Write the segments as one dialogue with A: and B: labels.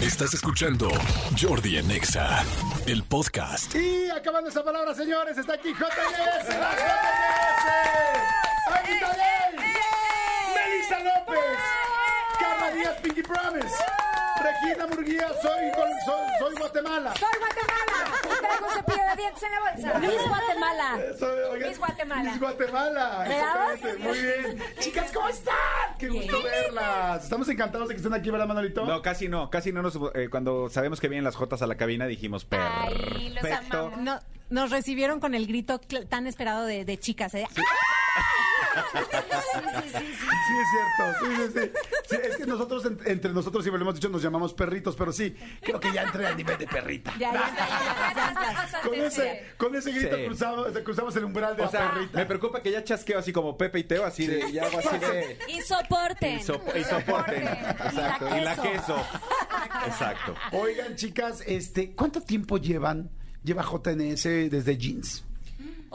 A: Estás escuchando Jordi en Exa, el podcast.
B: Y acabando esa palabra, señores, está aquí JNS, la JNS, Angie Tadel, Melissa López, Carla Díaz, Pinky Promise, ¡Eh! Regina Murguía, soy, Gol- soy, soy Guatemala.
C: Soy Guatemala. Y traigo un cepillo de dientes en la bolsa. Miss Guatemala.
B: Soy- oigan,
C: Miss Guatemala.
B: Miss Guatemala.
C: ¿Verdad?
B: Exactamente, Muy bien. Chicas, ¿cómo están? Qué gusto verlas. Estamos encantados de que estén aquí, ¿verdad, Manolito?
D: No, casi no, casi no nos... eh, cuando sabemos que vienen las Jotas a la cabina dijimos
E: Ay, los
D: perfecto.
E: amamos.
F: No, nos recibieron con el grito cl- tan esperado de, de chicas. ¿eh?
B: Sí, es cierto. Sí, sí, sí. Sí, es que nosotros, en- entre nosotros, siempre lo hemos dicho, nos llamamos perritos, pero sí, creo que ya entré al nivel de perrita.
F: Ya, ya, está, ya, ya, ya está.
B: Con ese, con ese grito
D: Sí.
B: cruzamos, cruzamos el umbral de
D: O
B: la
D: sea,
B: perrita.
D: me preocupa que ya chasqueo así como Pepe y Teo, así de... Ya hago así de...
C: Y soporten.
D: Y, sopo- y soporten. Exacto. Y la queso. Exacto.
B: Oigan, chicas, este, ¿cuánto tiempo llevan? Lleva JNS desde jeans.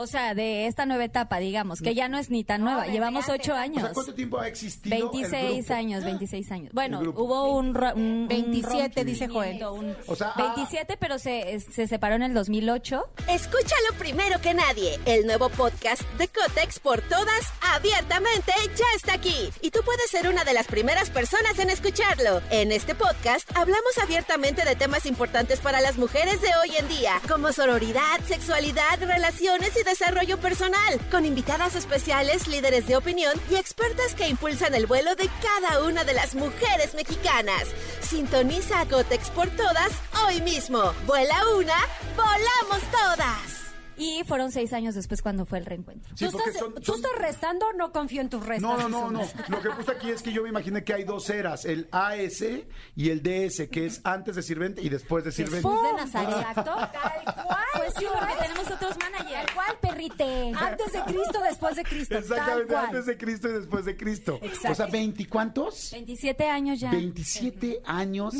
G: O sea, de esta nueva etapa, digamos, que ya no es ni tan nueva.
E: desde
G: Llevamos
E: antes.
G: ocho
B: O sea,
G: años.
B: ¿cuánto tiempo ha existido? el
G: 26
B: grupo?
G: años, 26 años. Bueno,
B: El grupo.
G: hubo un... ro- un- un
F: 27 dice
G: rompimiento, un-
B: O sea, ah.
G: 27, pero se, es- se separó en el 2008.
H: Escúchalo primero que nadie. El nuevo podcast de Cotex por todas, abiertamente, ya está aquí. Y tú puedes ser una de las primeras personas en escucharlo. En este podcast hablamos abiertamente de temas importantes para las mujeres de hoy en día, como sororidad, sexualidad, relaciones y desarrollo personal, con invitadas especiales, líderes de opinión y expertas que impulsan el vuelo de cada una de las mujeres mexicanas. Sintoniza a Cotex por todas hoy mismo. Vuela una, volamos todas.
G: Y fueron seis años después cuando fue el reencuentro.
B: Sí,
C: ¿Tú,
B: porque
C: estás,
B: son-
C: tú
B: son-
C: estás restando? No confío en tus restas.
B: No, no, no, no.
C: Jesús.
B: Lo que puse aquí es que yo me imaginé que hay dos eras, el AS y el DS, que es antes de sirvente y después de sirvente.
G: Jesús de Nazaret.
C: Exacto. Tal cual.
G: Pues sí, porque
C: señores.
G: tenemos otros managers.
C: Tal cual, perrite. Antes de Cristo, después de Cristo.
B: Exactamente,
C: Tal cual.
B: antes de Cristo y después de Cristo.
C: Exacto.
B: O sea, ¿veinticuántos?
G: 27 años ya.
B: 27 años,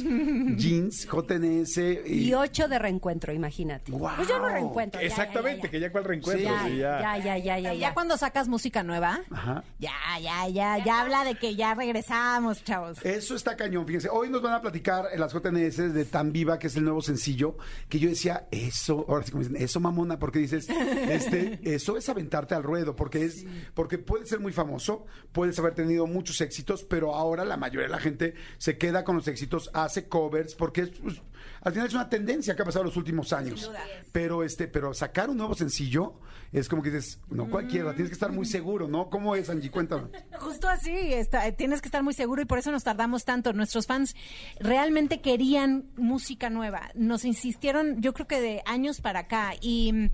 B: jeans, JNS y...
C: Y ocho de reencuentro, imagínate.
B: Guau.
C: Pues yo no reencuentro. ya, ya, ya,
D: Exactamente,
C: ya.
D: que ya cual reencuentro. sí, ya.
C: Ya, ya, ya, ya,
F: Ya,
C: ya.
F: cuando sacas música nueva,
B: Ajá.
F: ya, ya, ya, ya habla de que ya regresamos, chavos.
B: Eso está cañón, fíjense. Hoy nos van a platicar en las JNS de Tan Viva, que es el nuevo sencillo, que yo decía, eso, ahora sí como dicen, eso mamona, porque dices, este, eso es aventarte al ruedo, porque es, porque puedes ser muy famoso, puedes haber tenido muchos éxitos, pero ahora la mayoría de la gente se queda con los éxitos, hace covers, porque es, pues, al final es una tendencia que ha pasado los últimos años. Pero este, pero sacar un nuevo sencillo es como que dices, no cualquiera, tienes que estar muy seguro, ¿no? ¿Cómo es, Angie? Cuéntame.
F: Justo así, está- eh, tienes que estar muy seguro y por eso nos tardamos tanto. Nuestros fans realmente querían música nueva. Nos insistieron, yo creo que de años para acá. Y,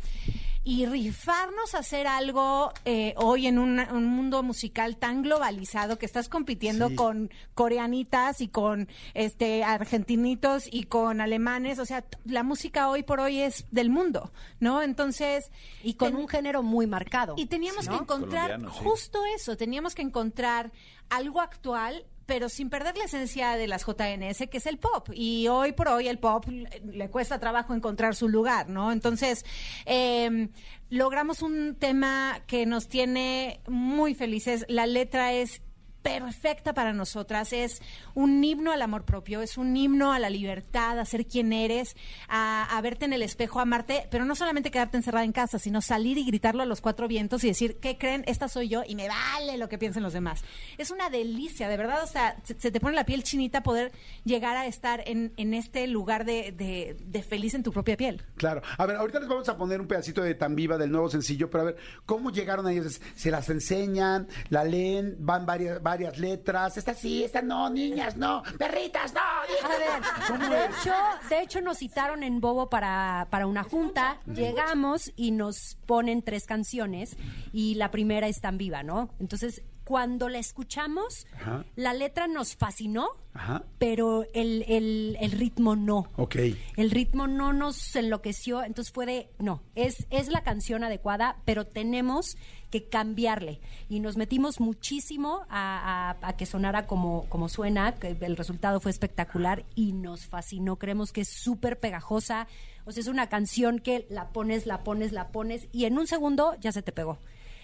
F: y rifarnos a hacer algo eh, hoy en una- un mundo musical tan globalizado que estás compitiendo
B: Sí.
F: con coreanitas y con este argentinitos y con alemanes. O sea, t- la música hoy por hoy es del mundo, ¿no? Entonces.
C: Y con
F: ten-
C: un género muy marcado.
F: y teníamos que encontrar
D: Colombiano, sí.
F: justo eso, teníamos que encontrar algo actual, pero sin perder la esencia de las JNS, que es el pop. Y hoy por hoy el pop le, le cuesta trabajo encontrar su lugar, ¿no? Entonces, eh, logramos un tema que nos tiene muy felices. La letra es perfecta para nosotras, es un himno al amor propio, es un himno a la libertad, a ser quien eres, a, a verte en el espejo, a amarte, pero no solamente quedarte encerrada en casa, sino salir y gritarlo a los cuatro vientos y decir, ¿qué creen? Esta soy yo y me vale lo que piensen los demás. Es una delicia, de verdad, o sea, se, se te pone la piel chinita poder llegar a estar en, en este lugar de, de- de feliz en tu propia piel.
B: Claro. A ver, ahorita les vamos a poner un pedacito de Tan Viva del nuevo sencillo, pero a ver, ¿cómo llegaron a ellos? Se las enseñan, la leen, van varias, varias letras. Esta sí, esta no, niñas, no, perritas, no.
C: A ver, de hecho, de hecho nos citaron en Bobo para, para una junta, llegamos y nos ponen tres canciones y la primera es tan viva, ¿no? Entonces cuando la escuchamos,
B: Ajá.
C: la letra nos fascinó,
B: Ajá.
C: pero el, el- el ritmo no.
B: Ok.
C: El ritmo no nos enloqueció, entonces fue de, no, es, es la canción adecuada, pero tenemos que cambiarle. Y nos metimos muchísimo a, a- a que sonara como, como suena, que el resultado fue espectacular y nos fascinó. Creemos que es súper pegajosa, o sea, es una canción que la pones, la pones, la pones y en un segundo ya se te pegó.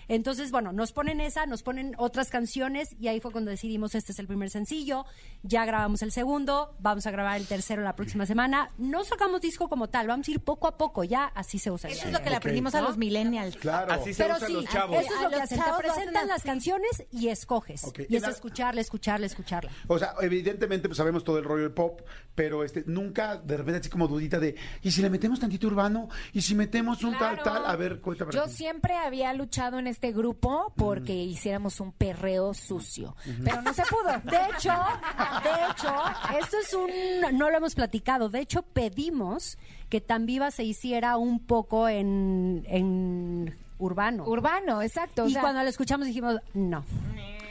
C: Entonces, bueno, nos ponen esa, nos ponen otras canciones y ahí fue cuando decidimos este es el primer sencillo, ya grabamos el segundo, vamos a grabar el tercero la próxima semana. No sacamos disco como tal, vamos a ir poco a poco, ya así se usa. el
F: Eso es
C: género.
F: lo que le aprendimos a
C: ¿No?
F: los millennials.
B: Claro.
D: Así se
C: Pero
D: usan
C: sí,
D: los
C: eso
D: chavos.
C: es
F: A
C: lo que
F: los
C: hacen, te
F: chavos lo hacen
C: presentan las
F: así.
C: canciones y escoges.
B: Ok,
C: Y
B: y
C: es
B: la-
C: escucharla, escucharla, escucharla.
B: O sea, evidentemente pues sabemos todo el rollo del pop, pero este nunca de repente así como dudita de, ¿y si le metemos tantito urbano? ¿Y si metemos un
G: Claro.
B: tal tal? A ver, cuéntame.
E: Yo siempre había luchado en este grupo porque hiciéramos un perreo sucio, pero no se pudo.
C: De hecho, de hecho, esto es un no lo hemos platicado. De hecho, pedimos que Tan Viva se hiciera un poco en, en urbano.
E: Urbano, exacto. o
C: y
E: sea,
C: cuando lo escuchamos dijimos, no.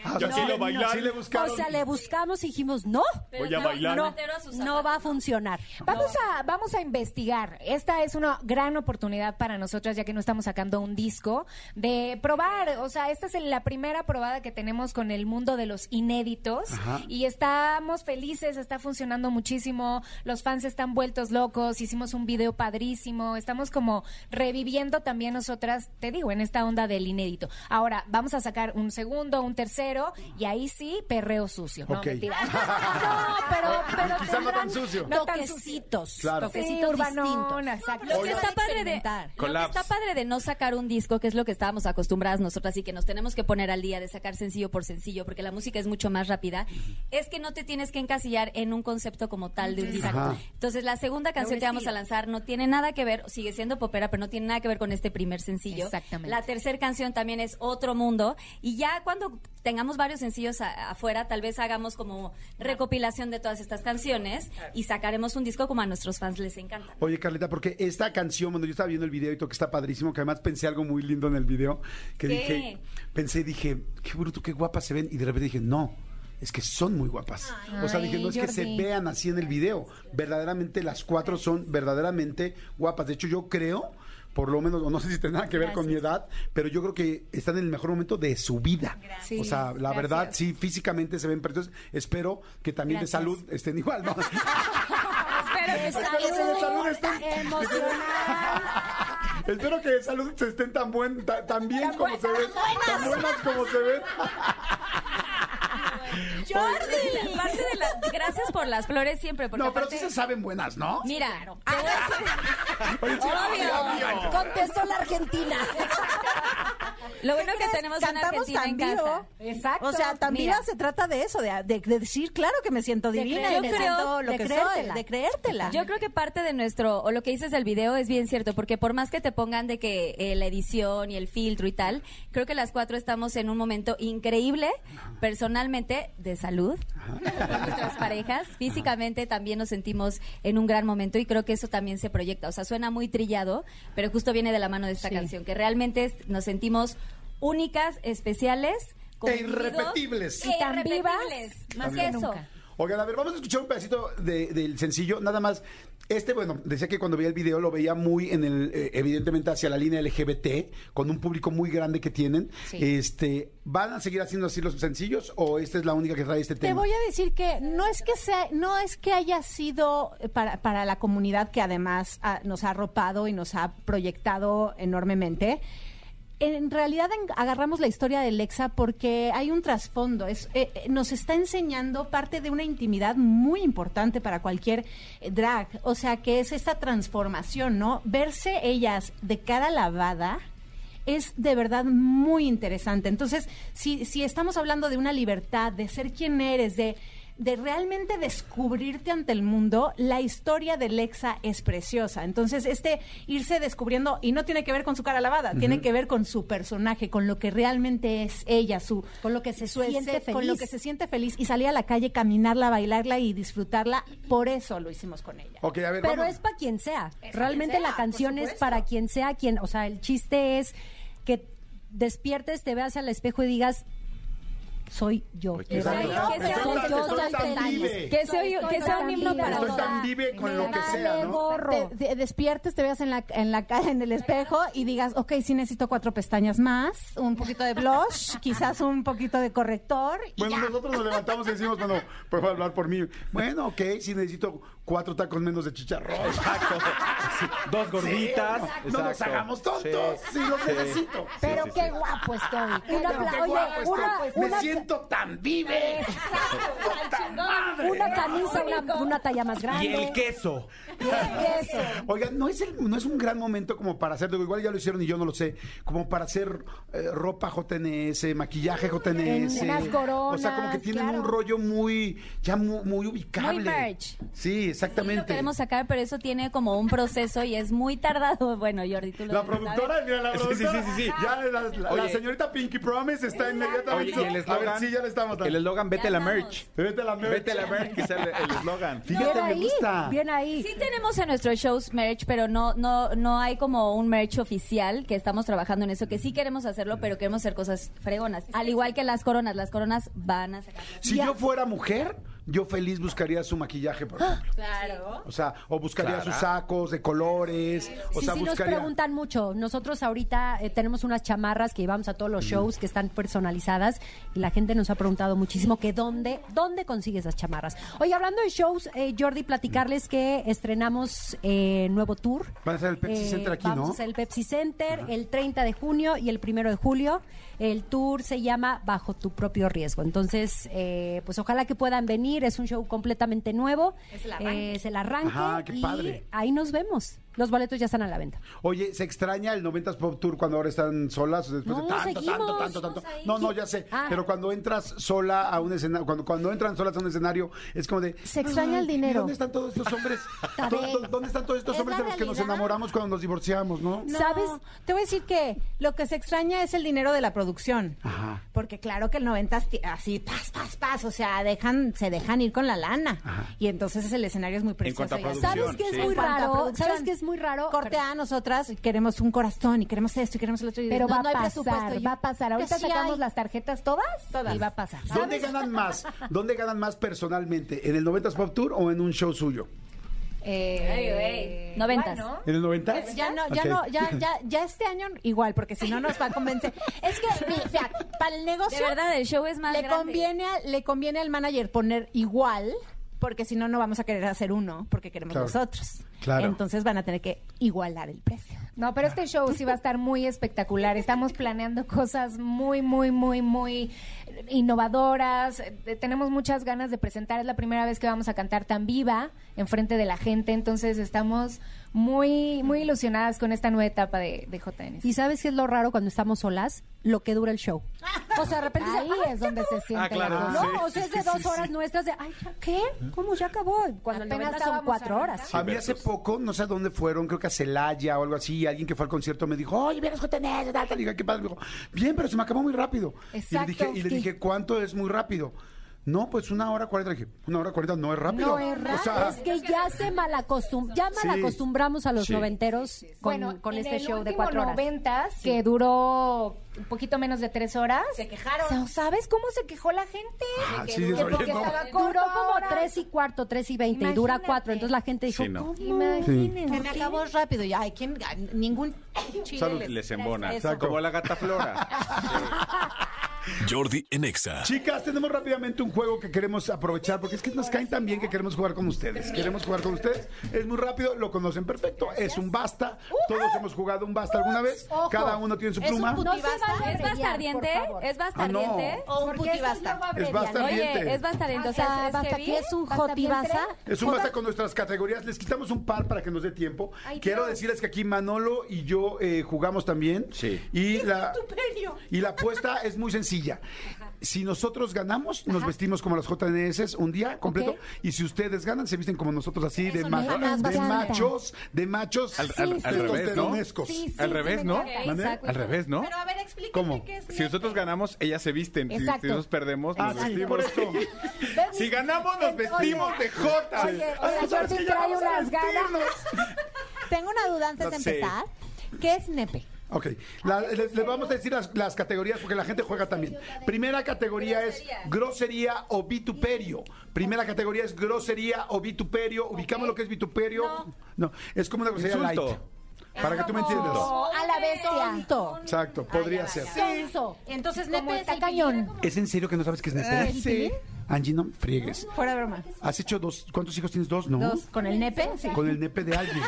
B: Ah, o sea,
D: Ya quiero
B: sí,
D: bailar.
B: sí le buscaron.
C: O sea, le buscamos y dijimos, no.
G: Pero
D: Voy a
G: no,
D: bailar.
C: No,
G: meter a sus
C: no va a funcionar.
E: Vamos a, vamos a investigar. Esta es una gran oportunidad para nosotras, ya que no estamos sacando un disco, de probar. O sea, esta es la primera probada que tenemos con el mundo de los inéditos. Y estamos felices, está funcionando muchísimo. Los fans están vueltos locos. Hicimos un video padrísimo. Estamos como reviviendo también nosotras, te digo, en esta onda del inédito. Ahora, vamos a sacar un segundo, un tercero, y ahí sí, perreo sucio.
B: Ok.
E: No, mentira. no, pero, pero
B: Quizá no tan
E: tendrán-
B: sucio.
E: no tan sucio.
C: toquecitos.
B: Claro.
C: Toquecitos
E: Sí, urbanona,
C: distintos.
E: exacto.
G: Lo que,
E: Oye,
G: está padre de, lo que
D: Collapse.
G: está padre de no sacar un disco, que es lo que estábamos acostumbradas nosotras y que nos tenemos que poner al día de sacar sencillo por sencillo, porque la música es mucho más rápida, es que no te tienes que encasillar en un concepto como tal de un disco.
B: Ajá.
G: Entonces, la segunda canción que vamos a lanzar no tiene nada que ver, sigue siendo popera, pero no tiene nada que ver con este primer sencillo.
E: Exactamente.
G: La tercera canción también es Otro Mundo. Y ya cuando tengamos varios sencillos a- afuera, tal vez hagamos como recopilación de todas estas canciones y sacaremos un disco como a nuestros fans les encanta.
B: Oye, Carlita, porque esta canción, cuando yo estaba viendo el video y todo que está padrísimo, que además pensé algo muy lindo en el video, que
G: ¿Qué?
B: dije, pensé, dije, qué bruto, qué guapas se ven, y de repente dije, no. Es que son muy guapas. o sea, dije, no es que se
E: Jordi.
B: vean así en el video. Verdaderamente las cuatro son verdaderamente guapas. De hecho, yo creo, por lo menos, o no sé si tiene nada que ver con mi edad, pero yo creo que están en el mejor momento de su vida. O sea, la verdad, sí, físicamente se ven perfectos. Espero que también
G: Gracias.
B: de salud estén igual, ¿no?
E: Espero que
B: Espero que de salud estén- Espero que de salud se estén tan buen, ta- tan bien como se ven, tan buenas como se ven.
G: Jordi, parte de la- gracias por las flores siempre, porque
B: No, pero sí
G: aparte-
B: se saben buenas, ¿no?
G: Mira, te voy a decir-
B: Oye, sí,
G: Obvio.
B: obvio.
C: Contestó la Argentina.
G: lo bueno que tenemos una
F: Cantamos
G: Argentina en
F: Tambivo.
G: casa.
E: Exacto.
F: O sea, también
G: Mira.
F: se trata de eso, de, de- de decir, claro que me siento divina,
G: creer-
F: y me
G: yo creo-
F: siento lo
C: de
F: que soy,
C: creértela.
F: de creértela.
G: Yo creo que parte de nuestro, o lo que dices del video es bien cierto, porque por más que te pongan de que eh, la edición y el filtro y tal, creo que las cuatro estamos en un momento increíble, personalmente, de salud, con nuestras parejas, físicamente también nos sentimos en un gran momento y creo que eso también se proyecta, o sea, suena muy trillado, pero justo viene de la mano de esta canción, que realmente es- nos sentimos únicas, especiales.
B: E
G: confundidos,
B: irrepetibles.
G: e
E: Y tan vivas,
G: irrepetibles, más
B: Tan
G: que
B: vivas.
G: eso.
B: Oigan, a ver, vamos a escuchar un pedacito de- del sencillo, nada más. Este, bueno, decía que cuando veía el video lo veía muy en el, eh, evidentemente hacia la línea LGBT, con un público muy grande que tienen. Este, ¿van a seguir haciendo así los sencillos o esta es la única que trae este
F: Te
B: tema?
F: voy a decir que no es que sea, no es que haya sido eh, para, para la comunidad que además ah, nos ha arropado y nos ha proyectado enormemente. En realidad en- agarramos la historia de Lexa porque hay un trasfondo. Es, eh, eh, nos está enseñando parte de una intimidad muy importante para cualquier eh, drag. O sea, que es esta transformación, ¿no? Verse ellas de cara lavada es de verdad muy interesante. Entonces, si, si estamos hablando de una libertad, de ser quien eres, de, de realmente descubrirte ante el mundo, la historia de Lexa es preciosa. Entonces, este irse descubriendo, y no tiene que ver con su cara lavada, tiene que ver con su personaje, con lo que realmente es ella, su,
C: Con lo que se
F: su
C: siente
F: ese- con
C: feliz.
F: lo que se siente feliz y salir a la calle, caminarla, bailarla y disfrutarla. Por eso lo hicimos con ella.
B: Ok, a ver,
C: Pero
B: vamos.
C: es para quien sea.
F: quien
C: Realmente
F: sea,
C: la canción
F: por
C: es
F: supuesto.
C: para quien sea quien. O sea, el chiste es que despiertes, te veas al espejo y digas. soy yo.
D: Pues,
C: De
D: qué
C: verdad,
D: bárbaro.
C: soy
B: Entonces,
C: yo,
B: estoy
C: soy
B: tan
C: feliz.
B: vive.
I: Que sea,
E: Estoy
I: que sea un
E: tan
I: himno
E: viva.
I: para
B: Estoy tan
I: toda-
B: vive con lo que
E: Nada
B: sea,
E: me
B: ¿no?
E: gorro.
I: Te, te despiertes, te veas en la, en la ca- en el espejo.
F: y digas, ok, sí necesito cuatro pestañas más, un poquito de blush, quizás un poquito de corrector. y
B: Bueno, nosotros nos levantamos y decimos, bueno, pues va a hablar por mí. Bueno, ok, sí necesito cuatro tacos menos de chicharrón.
D: Exacto. Sí, Dos gorditas.
B: no nos
D: exacto.
B: hagamos tontos, sí, los necesito. Ah,
E: Pero
D: sí,
E: qué
D: sí.
E: guapo estoy. qué
C: Una
B: Pero
C: pla-
B: qué
C: oye,
B: guapo estoy. pues,
C: una-
B: Me
C: una-
B: siento tan vive. ¡Puta madre!
C: Una camisa, una, una talla más grande.
D: Y el queso.
B: Oigan, ¿no es, el- no es un gran momento como para hacer, digo, igual ya lo hicieron y yo no lo sé, como para hacer eh, ropa JNS, maquillaje JNS.
E: En unas
B: O sea, como que
E: coronas,
B: tienen un
E: claro.
B: rollo muy, ya muy, muy ubicable.
G: Muy merch.
B: Sí,
G: Sí, lo
B: exactamente.
G: queremos sacar, pero eso tiene como un proceso y es muy tardado. Bueno, Jordi, tú lo
B: la
G: debes
B: productora,
G: saber.
B: mira, la
D: Sí, sí,
B: productora.
D: sí, sí, sí.
B: Ya la, la- la
D: Oye.
B: señorita Pinky Promise está inmediatamente.
D: Oye, y el
B: a
D: eslogan-
B: ver, sí, ya le estamos dando.
D: El eslogan, vete a la
G: andamos.
D: merch.
B: Vete a la merch.
D: Vete a la merch, que sea el- el eslogan. Ah,
B: Fíjate,
C: bien
B: me
C: ahí,
B: gusta.
C: bien ahí.
G: Sí tenemos en nuestros shows merch, pero no, no, no hay como un merch oficial que estamos trabajando en eso, que sí queremos hacerlo, pero queremos hacer cosas fregonas. Al igual que las coronas, las coronas van a sacar.
B: Si yo fuera mujer, yo feliz buscaría su maquillaje,
C: Ah,
B: por ejemplo.
F: Claro.
B: O sea, o buscaría
D: Clara.
B: sus sacos de colores. O
C: sí,
B: sea,
C: sí,
B: buscaría.
C: nos preguntan mucho. Nosotros ahorita eh, tenemos unas chamarras que llevamos a todos los shows que están personalizadas y la gente nos ha preguntado muchísimo que dónde, dónde consigue esas chamarras. Oye, hablando de shows, eh, Jordi, platicarles que estrenamos eh, nuevo tour.
B: Van a hacer el Pepsi Center aquí,
C: Eh, vamos
B: ¿no?
C: a hacer el Pepsi Center el 30 de junio y el 1 de julio. El tour se llama Bajo tu propio riesgo. Entonces, eh, pues ojalá que puedan venir. Es un show completamente nuevo. Es el arranque. es el arranque
B: Ajá, qué
C: y
B: padre.
C: ahí nos vemos. Los boletos ya están a la venta.
B: Oye, ¿se extraña el 90s Pop Tour cuando ahora están solas? Después
C: No,
B: de tanto,
C: seguimos,
B: tanto, tanto,
C: seguimos
B: tanto.
C: ahí.
B: No, no, ya sé.
C: Ah.
B: Pero cuando entras sola a un escenario, cuando, cuando entran solas a un escenario, es como de.
I: Se extraña el
B: "Ay, ¿y
I: dinero".
B: ¿Dónde están todos estos hombres? ¿Dó- dó- ¿Dónde están todos estos
I: Es
B: hombres de
I: la
B: los que nos
I: realidad.
B: enamoramos cuando nos divorciamos, no?
F: No,
I: ¿Sabes?
F: Te voy a decir que lo que se extraña es el dinero de la producción.
B: Ajá.
F: Porque claro que el 90 ti- así, paz, paz, paz, o sea, dejan, se dejan ir con la lana. Y entonces el escenario es muy
D: cuanto
F: precioso.
D: a
F: y así.
D: producción,
C: ¿Sabes qué es
D: sí.
C: muy
F: En cuanto a
C: raro?
F: producción.
C: ¿Sabes qué es muy raro?
F: Corte a nosotras, y queremos un corazón y queremos esto y queremos el otro. y
E: Pero
F: no,
E: va
F: no hay
E: a
F: presupuesto. Y
E: pasar,
F: yo,
E: va a pasar.
F: que
E: Ahorita
F: sí
E: sacamos
F: hay.
E: las tarjetas todas,
F: Todas.
E: y va a pasar.
B: ¿Dónde ganan más? ¿Dónde ganan más personalmente? ¿En el 90s Pop Tour o en un show suyo?
G: Ay, güey. Eh, Noventas.
E: Bueno,
B: ¿En el 90s?
F: Ya no, ya
B: Ok.
F: no, ya, ya, ya este año igual, porque si no nos va a convencer. Es que, mi- o sea, para el negocio.
G: De verdad, el show es más
F: le
G: grande.
F: conviene, a- le conviene al manager poner igual, porque si no, no vamos a querer hacer uno, porque queremos
B: Claro.
F: los otros.
B: Claro.
F: Entonces van a tener que igualar el precio.
E: No, pero este show sí va a estar muy espectacular. Estamos planeando cosas muy, muy, muy, muy innovadoras. Eh, Tenemos muchas ganas de presentar. Es la primera vez que vamos a cantar tan viva en frente de la gente. Entonces estamos muy, muy ilusionadas con esta nueva etapa de, de JNS.
C: ¿Y sabes qué es lo raro cuando estamos solas? Lo que dura el show. O sea, de repente
E: Ahí
C: dices, "Ay,
E: es
C: ya
E: donde se
C: acabó".
E: siente
D: Ah, claro,
E: la cosa.
D: sí.
C: No, o sea, es de dos horas nuestras de, ay, ¿ya ¿qué? ¿Cómo ya acabó? Cuando
E: Apenas
C: apenas son
E: estábamos
C: cuatro
E: arrancando.
C: horas.
B: A mí hace poco, no sé a dónde fueron, creo que a Celaya o algo así, alguien que fue al concierto me dijo, oye, vienes JNS, tal, tal, y dije, qué padre, me dijo, bien, pero se me acabó muy rápido.
E: Exacto,
B: y le dije, y le
E: sí.
B: dije, ¿cuánto es muy rápido? No, pues una hora cuarenta, Le dije, una hora cuarenta no es rápido.
E: No es
B: O sea,
E: rápido.
C: es que ya se malacostum ya
B: Sí.
C: malacostumbramos a los
D: Sí.
C: noventeros con,
E: bueno,
C: con
E: en
C: este
E: el
C: show de
E: último
C: cuatro horas.
E: 90s, que duró un poquito menos de tres horas.
F: Se quejaron.
E: O sea, ¿Sabes cómo se quejó la gente?
B: Ah,
E: Que
B: sí,
E: duró-
B: oye,
E: porque
B: no.
E: estaba
C: Duró
E: corto
C: como
E: ahora.
C: tres y cuarto, tres y veinte, y dura
E: Imagínate.
C: cuatro. Entonces la gente dijo,
D: Sí, no.
C: "¿Cómo?".
E: Imagínense.
F: me acabó rápido. Ya, hay quien ningún chile
D: Salud, les embona.
F: Eso.
D: Como la gata flora.
A: Jordi en Exa.
B: Chicas, tenemos rápidamente un juego que queremos aprovechar porque es que nos caen tan bien que queremos jugar con ustedes. Queremos jugar con ustedes. Es muy rápido, lo conocen perfecto. Es un basta. Todos hemos jugado un basta alguna vez.
E: Ojo.
B: Cada uno tiene su
F: Es un
B: pluma.
F: puti-
E: No se
F: Basta.
E: vaya a
G: Es
E: abreviar,
G: bastardiente,
E: por favor.
G: es
B: Ah, no.
G: bastardiente.
F: O un
E: Porque
F: puti
E: esto
F: basta.
E: luego
B: Es
E: abrevian.
B: basta. Diente.
G: Oye, es bastardiente. O sea, Ah, es
I: basta,
G: heavy.
I: aquí es un
E: Basta
I: hot y
E: vientre.
I: basta.
B: Es un basta con nuestras categorías. Les quitamos un par para que nos dé tiempo. Quiero decirles que aquí Manolo y yo eh, jugamos también.
D: Sí.
B: Y la, y la apuesta es muy sencilla. Si nosotros ganamos, nos vestimos como las JNS un día completo. Y si ustedes ganan, se visten como nosotros así, de, ma-
I: encanta.
B: de machos, de machos,
D: Al- al- al
B: testosteronescos.
D: revés, ¿no?
E: Sí, sí,
D: Al
E: sí,
D: revés,
E: me
D: ¿no?
E: encanta.
B: ¿Mande?
G: Exacto.
D: Al revés, ¿no?
F: Pero a ver, explícame
B: ¿Cómo?
F: qué es
D: Si nosotros ganamos, ellas se visten. Si- Si,
E: Exacto.
D: nos perdemos,
B: Ah,
D: nos
B: sí,
D: vestimos.
B: por eso.
D: Si ganamos, nos vestimos de Jota.
E: Oye, o sea, Jordi trae unas ganas.
F: Tengo una duda antes
D: No
F: de
D: sé.
F: empezar. ¿Qué es nepe?
B: Ok, La- les, les vamos a decir las, las categorías porque la gente juega también. Primera categoría es grosería o vituperio. Primera categoría es grosería o vituperio. Ubicamos lo que es vituperio. No, es como una grosería
D: Insulto.
B: light. Para que tú me entiendas.
I: O a la bestia.
F: Tonto.
B: Exacto, podría ser.
I: Sonso.
F: Entonces,
I: Como
F: nepe es
I: está
F: el
I: cañón.
B: ¿Es en serio que no sabes qué es nepe?
F: Eh, sí.
B: Angie, no me friegues.
F: Fuera de broma.
B: ¿Has hecho dos? ¿Cuántos hijos tienes? ¿Dos, no?
F: Dos. ¿Con el nepe? Sí.
B: Con el nepe de alguien.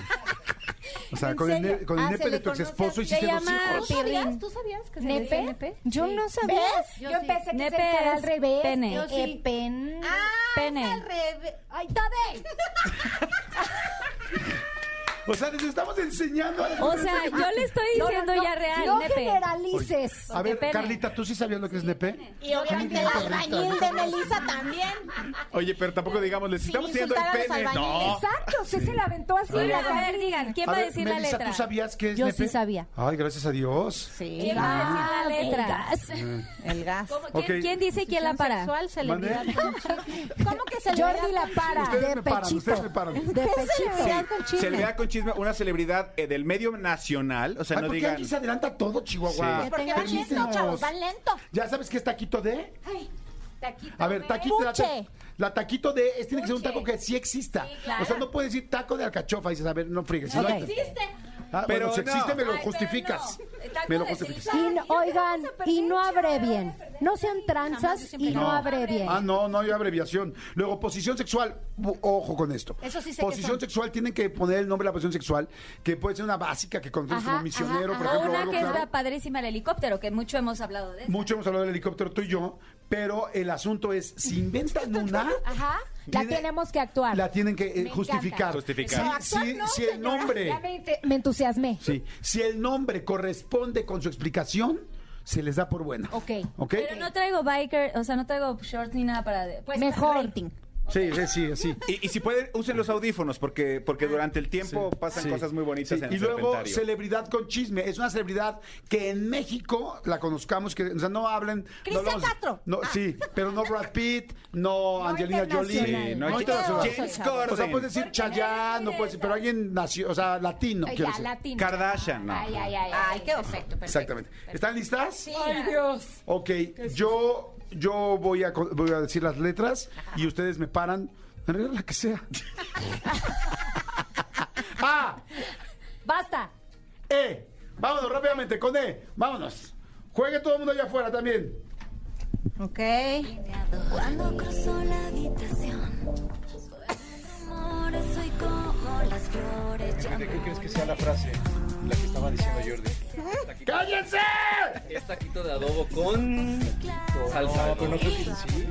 B: O sea, con el,
I: serio?
B: ne- con el
I: Ah,
B: nepe
I: se
B: de
I: le
B: tu ex
I: conoce
B: esposo
I: así.
B: hiciste
G: Se
B: dos
G: llama
B: hijos.
I: ¿Tú sabías,
G: Pirrín.
I: ¿Tú sabías que se le decía
E: ¿Nepe?
I: nepe?
E: Yo no sabía.
I: ¿Ves?
E: Yo,
I: Yo sí.
E: pensé que
G: Nepe
E: se era al
G: es
E: revés.
G: pene.
E: Yo sí.
G: Eh,
E: pen.
F: Ah,
G: Pene.
I: ¡Ay, Tabe!
B: O sea, les estamos enseñando. a-
G: O sea, yo le estoy diciendo ya real,
I: No
G: nepe.
I: generalices.
B: A ver,
G: pene.
B: Carlita, ¿tú sí sabías lo que es nepe?
I: Y obviamente el albañil de Melissa también.
D: Oye, pero tampoco digamos, les estamos diciendo
I: insultar a
D: el
I: los
D: pene. No.
I: albañiles.
E: Exacto, usted se la aventó así.
G: Sí,
E: la
G: a ver, digan, ¿quién
B: A
G: va a
B: ver,
G: decir la
B: Melissa,
G: letra?
B: ¿tú sabías qué es
I: Yo
B: nepe?
I: sí sabía.
B: Ay, gracias a Dios.
G: ¿Quién va
F: Ah,
G: a decir la letra?
F: El gas.
G: ¿Cómo? ¿Quién,
B: Ok.
G: quién dice y quién la para?
F: Sexual, celebridad.
B: ¿Mande?
F: ¿Cómo que celebridad?
I: Jordi la para.
B: Ustedes me
I: De
B: paran,
I: pechito.
B: ustedes me paran.
I: De pechito.
D: Sí, celebridad con chisme, una celebridad eh, del medio nacional. O sea,
B: Ay,
D: no
B: ¿por qué
D: digan.
B: aquí Ah, se adelanta todo, Chihuahua?
D: Sí.
I: Porque van lento,
B: Permítenos.
I: chavos, van lento.
B: ¿Ya sabes qué es taquito de?
I: Taquito
B: A ver,
I: de-
B: taquito de... La,
I: Puche.
B: la taquito de es, tiene que ser un
G: Puche.
B: taco que sí exista.
G: Sí, claro.
B: O sea, no puedes decir taco de alcachofa y dices, a ver, no friegues.
I: Ok.
B: pero
D: Pero
B: si
D: no.
B: existe, me lo
G: Ay, pero
B: justificas.
G: no. Taco
B: Me lo
G: de
B: justificas.
I: Y no- oigan, y no abrevian. No sean tranzas y no abrevien.
B: Ah, no, no hay abreviación. Luego, posición sexual. Bu- Ojo con esto.
F: Eso sí sé qué
B: Posición
F: son.
B: sexual, tienen que poner el nombre de la posición sexual, que puede ser una básica que conocemos
I: Ajá,
B: como misionero,
I: ajá,
B: por
I: ajá.
B: ejemplo. o
G: Una
B: algo
G: que es
B: claro.
G: la padrísima del helicóptero, que mucho hemos hablado de eso.
B: Mucho hemos hablado del helicóptero tú y yo, pero el asunto es, si inventan una...
I: Ajá.
E: La
B: tiene-
E: tenemos que actuar.
B: La tienen que eh,
E: encanta.
B: justificar.
D: Justificar.
B: Si, si- si el
E: Ya
B: nombre,
E: me, ent- me entusiasmé.
B: sí, si el nombre corresponde con su explicación, se les da por buena.
E: Ok.
B: ¿Ok?
G: Pero no traigo biker, o sea, no traigo shorts ni nada para... Pues,
E: Mejor.
B: Sí, sí, sí, sí.
D: Y, y si pueden, usen los audífonos, porque, porque durante el tiempo pasan
B: Ah. Sí.
D: cosas muy bonitas
B: Sí,
D: en
B: Y
D: el
B: luego,
D: serpentario.
B: celebridad con chisme. Es una celebridad que en México la conozcamos, que o sea, no hablen.
F: Cristian
B: no hablamos-
F: Castro.
B: No, sí, pero no Brad Pitt, no, Angelina Jolie.
D: Sí, no,
B: no
D: James
B: internacional. O
D: James
B: sea,
D: Corden.
B: puedes decir Chayanne, no puedes decir, pero alguien nació, o sea, latino.
E: Ay,
B: quiero
E: ya,
B: decir.
E: latino.
D: Kardashian, no.
E: Ay, ay, ay.
F: Ay, qué perfecto.
B: Exactamente. ¿Están listas?
E: Ay, Dios.
B: Ok, yo, yo voy, a, co- voy a decir las letras y ustedes me paran. En realidad, la que sea. A,
I: Basta.
B: E. Vámonos rápidamente con E. Vámonos. Juegue todo el mundo allá afuera también.
F: Ok.
J: Cuando cruzo la habitación, rumores, soy como las flores. Ya
K: ¿Qué crees que sea la frase? La que estaba diciendo Jordi.
B: ¡Cállense!
K: Es taquito de adobo con salsa. No, pero no creo que sí.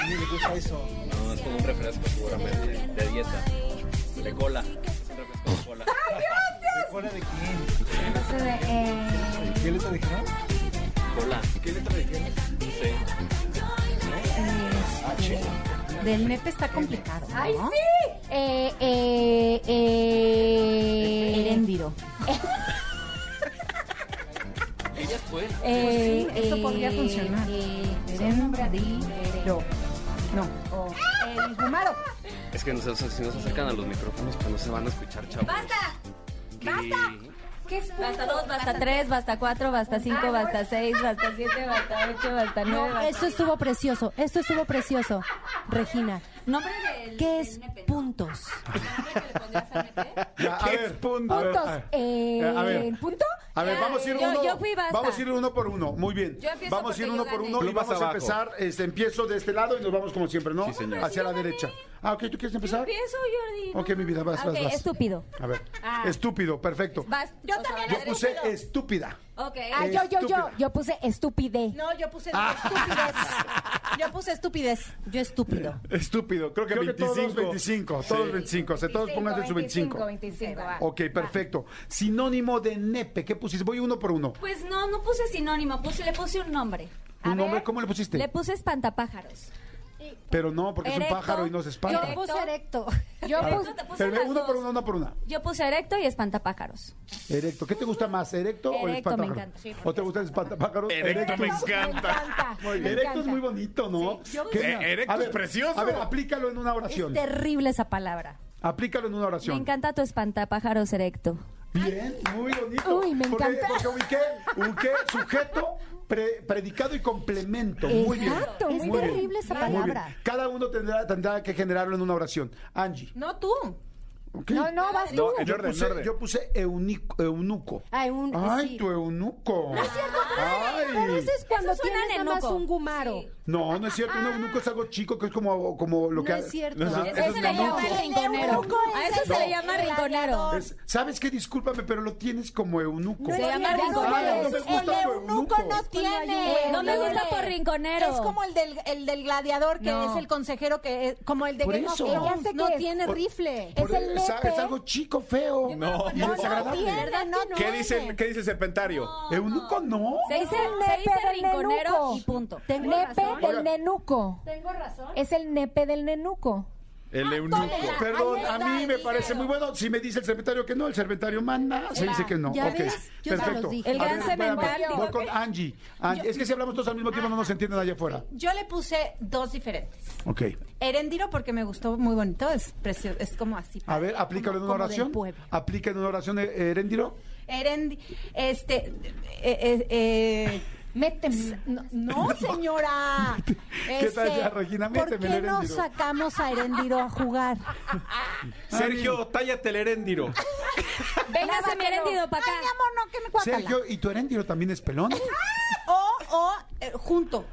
K: A mí me gusta eso. No, es como un refresco seguramente. De dieta. De cola. Es un refresco de cola. ¿De cola de quién? ¿Qué letra dijeron? Cola. ¿Qué letra dijeron? No sé. H.
F: Del nepe está complicado.
E: Ay, sí. Eh, eh, eh.
F: Heréndiro.
K: Ellas pueden.
E: Eh,
F: Pues sí, eso podría funcionar.
E: Eh, Herendiro.
F: No. El gumaro.
K: Es que no se, si no se acercan a los micrófonos, pues no se van a escuchar, chavos.
G: ¡Basta!
K: ¡Basta!
G: Basta dos, basta tres, basta cuatro, basta cinco, basta seis, basta siete, basta ocho, basta nueve,
C: No,
G: basta...
C: esto estuvo precioso, esto estuvo precioso. Regina,
G: Nombre del...
C: ¿qué
G: del
C: es
G: nepe, ¿no?
C: puntos?
G: ¿Nombre que le pondrías al nepe?
B: Ya, Ah, a
D: ¿Qué
B: ver,
D: punto?
B: a ver,
E: Puntos.
B: a ver.
E: Eh,
B: a ver.
E: punto.
B: A ver,
G: Ya,
B: vamos a ir
G: yo-
B: uno.
G: yo fui basta.
B: Vamos a ir uno por uno. Muy bien.
G: Yo empiezo
B: Vamos a ir
G: porque
B: uno
G: yo
B: por
G: gané.
B: uno y
D: Tú vas
B: vamos a
D: abajo.
B: empezar. Este, empiezo de este lado y nos vamos como siempre, ¿no?
D: Sí, señor.
B: Hacia la derecha. Ah, ok, ¿tú quieres empezar?
G: Empiezo, Jordi.
B: Ok, mi vida, vas,
G: Ok,
B: vas, vas.
G: estúpido.
B: A ver. Estúpido, perfecto.
G: Vas, yo también.
B: Yo puse estúpida.
G: Ok.
E: Ah, yo, yo, yo.
B: Estúpida. Ah.
E: Yo puse estupidez.
F: No, yo puse estupidez. Yo puse estupidez.
C: Yo estúpido.
D: Estúpido, creo que
B: Creo que
D: 25.
B: todos 25, todos 25, o sea, todos pónganse su 25.
E: 25, va.
B: Ok, perfecto. Sinónimo de nepe, ¿qué pusiste? Voy uno por uno.
G: Pues no, no puse sinónimo, puse, le puse un nombre.
B: ¿Un nombre cómo le pusiste?
G: Le puse espantapájaros.
B: Pero no, porque es
G: Erecto.
B: un pájaro y nos espanta.
G: Yo puse
I: erecto.
E: Yo
G: Ah.
E: puse.
G: te puse
B: Pero ve,
G: las
B: uno
G: dos.
B: por uno, uno por una.
G: Yo puse erecto y espantapájaros.
B: Erecto. ¿Qué te gusta más, erecto, o el
G: Erecto, me
B: espantapájaro?
G: encanta. Sí,
B: ¿O te gusta el espantapájaro?
D: Erecto me encanta.
B: Muy bien. Erecto es muy bonito, ¿no? Qué
D: Eh,
B: bien.
D: erecto
B: A
D: es precioso.
B: A ver, aplícalo en una
C: Es
B: oración.
C: terrible esa palabra.
B: Aplícalo en una
G: Este Me
B: oración.
G: encanta tu espantapájaros erecto.
B: Bien, muy bonito.
E: Uy, me
B: Porque-
E: encanta.
B: Porque, ubiqué, ubiqué sujeto, pre- predicado y complemento. muy bien.
I: Exacto, es
B: muy bien.
I: terrible esa
B: Muy bien.
I: palabra.
B: Cada uno tendrá, tendrá que generarlo en una oración. Angie.
F: No tú.
B: ¿ok?
E: No, no, vas tú.
B: Ah, yo, puse, yo puse eunico- eunuco.
C: Ay, un-
B: Ay,
C: Ah, sí.
B: tu eunuco.
C: No es cierto,
B: Ay.
C: pero, pero eso es cuando
G: Eso suena
C: tienes nada más
G: nenuco.
C: un gumaro.
B: No, no es cierto. Un eunuco es algo chico que es como, como lo
C: No
B: que.
C: es cierto.
B: Ah,
G: Eso
B: eso es
G: se le llama
B: eunuco.
G: rinconero. A eso se le llama rinconero.
B: Es- ¿Sabes qué? Discúlpame, pero lo tienes como eunuco.
G: No es Se llama cierto. rinconero.
B: Ay, no pues, me gusta
F: El
B: tu
F: eunuco no tiene.
G: No me gusta por rinconero.
F: Es como el del, el del gladiador, que
E: No.
F: es el consejero, que es, como el de
B: Por
F: Game of
B: eso.
F: Thrones,
E: Ya sé
F: no
E: que es.
F: tiene
B: Por-
F: rifle.
B: Por-
E: Es el
B: es,
E: nepe.
B: es algo chico, feo.
D: No.
B: Y desagradable.
F: ¿Verdad? No
D: ¿Qué
F: tiene.
D: dice, ¿Qué dice el serpentario?
B: Eunuco no.
G: Se dice,
E: el
G: se dice
E: nepe del
G: rinconero
E: nenuco.
G: y punto.
C: Tengo
E: Nepe
C: razón.
E: del nenuco.
C: Tengo razón.
E: Es el nepe del nenuco.
D: El eunuco.
B: Perdón, a mí me parece muy bueno. Si me dice el serpentario que no, el serpentario manda, se dice que no.
I: Ya
B: Ok,
I: ves, yo se
B: perfecto.
I: los dije. El
B: A
G: gran
B: espérame,
G: semental, digo
B: Voy
G: que-
B: con Angie. Angie, Es que si hablamos todos al mismo tiempo no nos entienden allá afuera.
F: Yo le puse dos diferentes.
B: Ok.
F: Herendiro porque me gustó muy bonito, es precio- es como así.
B: A ver, aplícalo en una
F: Como- como
B: oración.
F: del pueblo.
B: Aplica en una oración, eh, Eréndiro.
F: Herendi, este, eh, eh, eh,
E: Méteme.
F: no, no, señora. Este,
B: ¿Qué tal ya, Regina?
F: ¿Por
B: Méteme
F: qué
B: el
F: no
B: Herendiro.
F: sacamos a Herendiro a jugar?
B: Ah,
D: Sergio, tállate el heréndiro.
G: Véngase mi herendido para acá.
F: Ay, mi amor, no, que me cuácala.
B: Sergio, ¿y tu Eréndiro también es pelón?
F: O, o, eh, junto,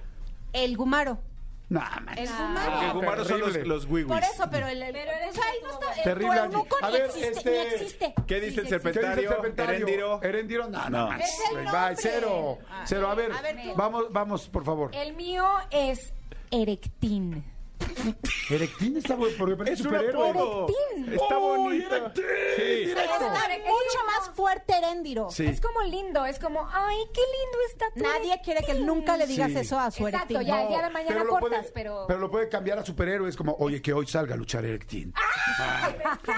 F: el gumaro.
B: No, man.
F: El
B: Ah,
F: gumaro.
D: Porque Gumaro son los,
B: terrible.
D: los wiwis.
F: Por eso, pero el... el- o sea, ahí no está- el
B: Terrible, Angie.
F: cuernuco
B: A
F: ni
B: ver,
F: existe,
B: este,
F: ni existe.
D: ¿Qué dice el
B: ¿Qué dice el
D: serpentario?
B: serpentario?
D: Heréndiro.
B: Heréndiro, no, no,
D: No.
B: manches,
F: Es el
B: güey, va,
F: nombre.
B: cero.
F: Ah.
B: Cero, a ver,
F: A ver, tú.
B: vamos, vamos, por favor.
E: El mío es erectín.
B: Erectín está bueno, porque parece
D: Es un
B: superhéroe. ¡Oh,
D: apodo.
E: Erectín.
D: Está
B: ¡Uy,
D: bonito. Sí.
F: Está mucho más fuerte Herendiro.
B: Sí.
E: Es como lindo, es como, ay, qué lindo está tu
F: Nadie quiere que
E: erectín".
F: nunca le digas
B: Sí.
F: eso a su
E: Exacto,
F: Erectín.
E: ya el día de
B: No,
E: mañana
B: lo
E: cortas,
B: puede-
E: pero...
B: Pero lo puede cambiar a superhéroes como, oye, que hoy salga a luchar Erectín.
E: Ah,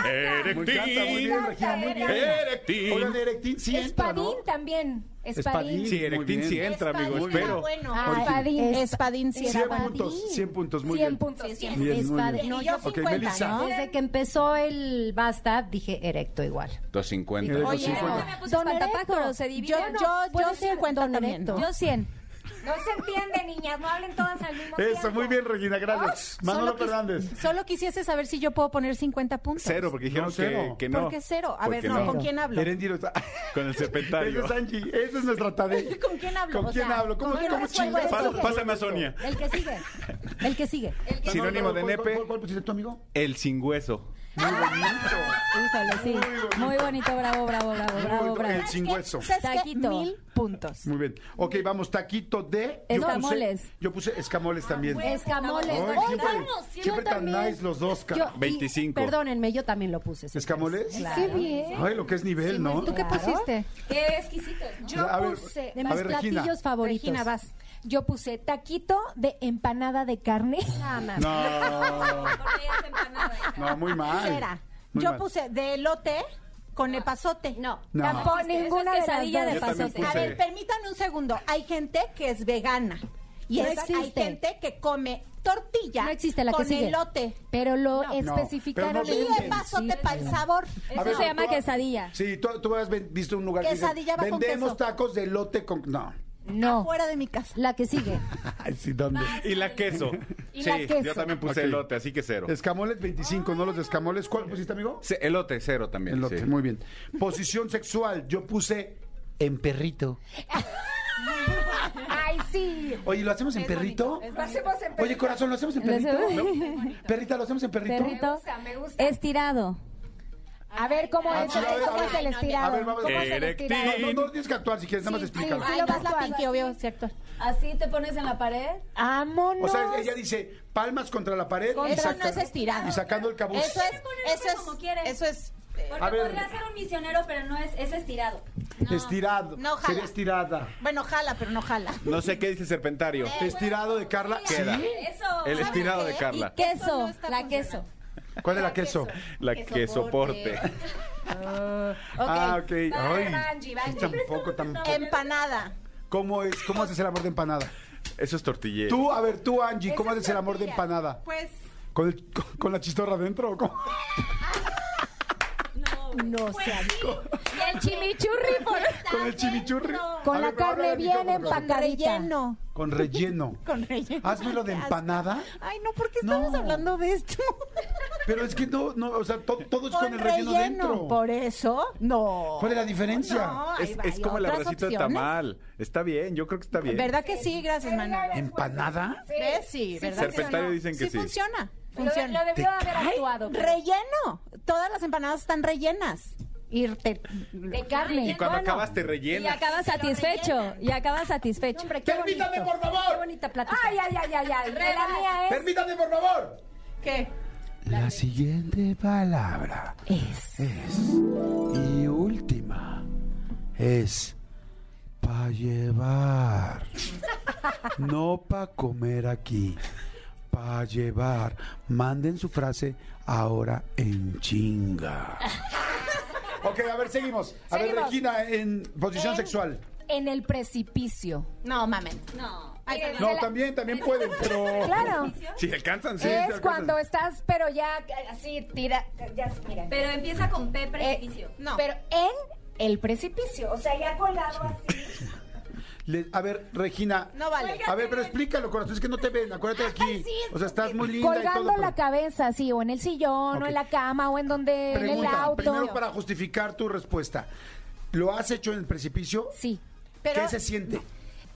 D: Eh,
B: Me encanta, muy bien,
D: Erectín.
B: Regina, muy bien.
D: Erectín.
B: Oigan, Erectín sí entra,
E: Espadín
B: ¿no?
E: también. Espadín.
B: Espadín.
D: Sí, Erectín
B: Muy
D: sí
B: bien.
D: entra, amigo,
F: Espadín,
D: espero.
F: ah, bueno.
E: Ah,
B: Oye,
E: espadín.
F: Espadín sí era
B: 100
F: padre.
B: puntos, 100 puntos, muy
E: 100
B: bien.
E: puntos.
B: Bien, muy
C: Es
B: bien.
C: padre. No,
F: Y yo
C: yo
B: Ok,
F: 50,
B: Melissa.
F: ¿no?
C: desde que empezó el basta dije erecto igual.
D: 250.
B: Oye,
G: Yo
B: Bueno.
G: me puse
C: Don
G: espantapájaro,
C: Erecto.
G: se
F: Yo,
G: divide.
F: yo, yo
C: puede ser
F: 50
C: Don
F: también.
C: Erecto.
G: Yo 100.
E: No se entiende, niñas, no hablen todas al mismo tiempo.
B: Eso, muy bien, Regina, gracias. Manolo
F: Solo quis-
B: Fernández.
F: Solo quisiese saber si yo puedo poner 50 puntos.
D: Cero, porque dijeron
B: No, cero.
D: Que, que no.
F: ¿Por qué cero? A ver,
D: Porque
F: no, ¿con quién hablo?
B: Eréndiro está...
D: Con el
B: Ese
D: serpentario.
B: es Angie, esa es nuestra tarea.
F: ¿Con quién hablo?
B: ¿Con
F: O
B: quién
F: sea,
B: hablo? ¿Cómo,
F: ¿con quién
B: cómo
F: resuelvo
B: chingas?
F: esto?
D: Pásame- Pásame a Sonia.
C: El que sigue. El que sigue.
D: Sinónimo de
B: ¿Cuál-
D: nepe.
B: cuál- ¿Cuál pusiste tu amigo?
D: El sin hueso.
B: Muy bonito.
G: Híjole, sí. Muy bonito, bravo, bravo, bravo,
B: Muy
G: bravo,
B: bonito,
G: bravo.
B: El sin hueso.
F: ¿Sabes qué?
G: Taquito.
F: Mil puntos.
B: Muy bien. Ok, vamos, taquito de... yo puse-
G: Escamoles.
B: Yo puse, escamoles también.
C: Escamoles.
B: Ay,
C: ¿no?
B: siempre siempre
C: yo
B: tan
C: también.
B: nice los dos,
C: Yo-
B: cara.
C: y
D: 25.
C: perdónenme, yo también lo puse. señores.
B: ¿Escamoles?
C: Claro.
B: Ay, lo que es nivel, ¿no? Ah.
E: ¿Tú qué pusiste? Qué exquisito. Yo
B: A ver,
E: puse...
C: De
B: A
C: mis
B: ver, Regina.
C: platillos favoritos.
F: Regina, vas.
E: Yo puse taquito de empanada de carne.
C: Nada más.
B: No, no, muy mal.
F: Cera.
B: Muy
F: Ah, Yo
B: mal.
F: puse de elote con epazote.
C: No.
B: No.
E: Tampoco,
G: Eso
E: ninguna
G: es
E: de las
G: Este, quesadilla
E: dos.
G: de
D: Yo también
G: pasote.
F: A
D: puse-
F: ver, permítanme un segundo. Hay gente que es vegana. Y
C: No
F: es- hay
C: existe.
F: gente que come tortilla
C: No existe la que
F: con
C: sigue.
F: elote.
E: Pero lo
B: pero
E: especificaron
B: no
F: Y
B: venden.
E: en...
F: epazote para el sabor.
B: A
G: Eso
B: ver,
G: se llama
B: tú-
G: quesadilla.
B: Sí, tú, tú has ven- visto un lugar que dice,
F: Quesadilla va con
B: vendemos
F: queso".
B: tacos de lote con... No.
E: No.
F: Fuera de mi casa.
C: La que sigue.
B: Ay, sí, ¿dónde?
D: Y la queso.
E: Y
D: sí,
E: la queso.
D: yo también puse
B: Ok.
D: elote, así que cero.
B: Escamoles 25, ¿no? Los de escamoles. ¿Cuál pusiste, amigo?
D: Sí, elote, cero también.
B: El lote,
D: sí.
B: muy bien. Posición sexual, yo puse en perrito.
E: Ay, sí.
B: Oye, ¿lo hacemos en perrito?
E: Lo hacemos en
B: Oye, corazón, ¿lo hacemos en perrito?
G: hacemos-
B: ¿No? Perrita, ¿lo hacemos en perrito?
G: Perrito.
E: gusta, me gusta.
G: Estirado.
E: A ver cómo
B: Ah,
E: es,
B: sí, a ver, a
E: cómo
B: ver.
E: es el estirado.
B: A ver, vamos.
E: ¿Cómo es el
D: Erectil.
E: estirado?
B: No, no, no tienes que actuar si quieres, nada más explícalo.
E: sí,
F: Ahí
E: lo
F: vas
E: vas
F: la
E: a-
F: pinky, obvio, cierto.
G: Así te pones en la pared.
E: ¡Vámonos!
B: O sea, ella dice palmas contra la pared y,
F: Eso
B: saca-
F: no es estirado.
B: y sacando el cabuz.
F: Eso es,
G: poner
F: eso es,
G: como quieres.
F: eso es. eh,
G: Porque
B: A ver.
G: podría ser un misionero, pero no es, es estirado.
B: Estirado.
F: No, jala.
B: Sería estirada.
F: Bueno, jala, pero no jala.
D: No sé qué dice el serpentario.
B: Estirado de Carla. ¿Sí?
D: Queda.
G: Eso.
D: El estirado de
G: Y
D: Carla.
F: Eso no
G: queso,
F: está
G: la queso.
B: ¿Cuál era queso?
D: La que soporte.
B: Ah, ok. Ay,
E: va, Angie, va, Angie.
B: tampoco, tampoco.
F: Empanada.
B: ¿Cómo, es, ¿Cómo haces el amor de empanada?
D: Eso es tortillero.
B: Tú, a ver, tú, Angie, ¿cómo haces el amor de empanada?
F: Pues
B: ¿Con, el- con- con la chistorra adentro o cómo?
G: No,
C: No sé.
G: sí.
E: el chimichurri. por-
B: Con el chimichurri.
E: Con
B: A
E: la
B: ver, pero habla
E: carne
B: del
E: bien
B: micrófono, por favor.
E: empacadita.
B: Con relleno.
F: Con relleno.
B: Hazme lo de
F: Qué asco.
B: empanada.
F: Ay, no, ¿por qué
B: No.
F: estamos hablando de esto?
B: Pero es que no, no, o sea, to- todo es con,
F: Con
B: el relleno,
F: relleno,
B: dentro.
F: Por eso, no.
B: ¿Cuál es la diferencia?
F: No, ahí
D: Es,
F: va,
D: es
F: hay
D: como el
F: otras
D: abracito de
F: opciones.
D: tamal. Está bien, yo creo que está bien.
F: ¿Verdad que sí? Gracias, Manuel.
B: ¿Empanada?
F: ¿Ves? Sí, ¿verdad? que
D: Serpentario
F: no?
D: dicen que sí.
F: funciona.
E: Lo de-
F: funciona.
E: Lo debió haber
F: cae?
E: actuado. pero-
F: Relleno. Todas las empanadas están rellenas. Irte.
E: De carne.
D: Y cuando
E: Bueno,
D: acabas te
G: Y
D: rellenas.
G: acabas satisfecho. Y acabas satisfecho.
C: Hombre, qué
B: Permítame,
C: bonito.
B: por favor.
C: Qué bonita plática.
E: Ay, ay, ay, ay, ay. De la mía es.
B: Permítame, por favor.
F: ¿Qué?
B: La siguiente palabra es. Y última. Es. Pa' llevar. No pa' comer aquí. Pa' llevar. Manden su frase ahora en chinga. Ok, a ver, seguimos. A ver,
E: Seguimos.
B: Regina, en posición sexual.
E: En el precipicio.
F: No, mamen.
G: No.
F: Ay,
E: Miren,
B: No,
E: se la-
B: también, también pueden, pero.
E: Claro.
D: Si alcanzan, sí. sí
E: es
D: alcanzan.
E: cuando estás, pero ya así tira, ya mira.
G: Pero empieza con P
E: Eh,
G: precipicio.
F: No.
E: Pero en el precipicio, o sea, ya colado así.
B: Le- a ver, Regina.
F: No vale.
B: A ver, pero explícalo, corazón. Es que no te ven. Acuérdate
E: Ah,
B: de aquí. O sea, estás muy linda y todo.
E: Colgando la
B: pero-
E: cabeza, sí, o en el sillón,
B: Ok.
E: o en la cama, o en donde, en el
B: Pregunta,
E: auto.
B: primero para justificar tu respuesta. ¿Lo has hecho en el precipicio?
E: Sí. Pero
B: ¿Qué se siente?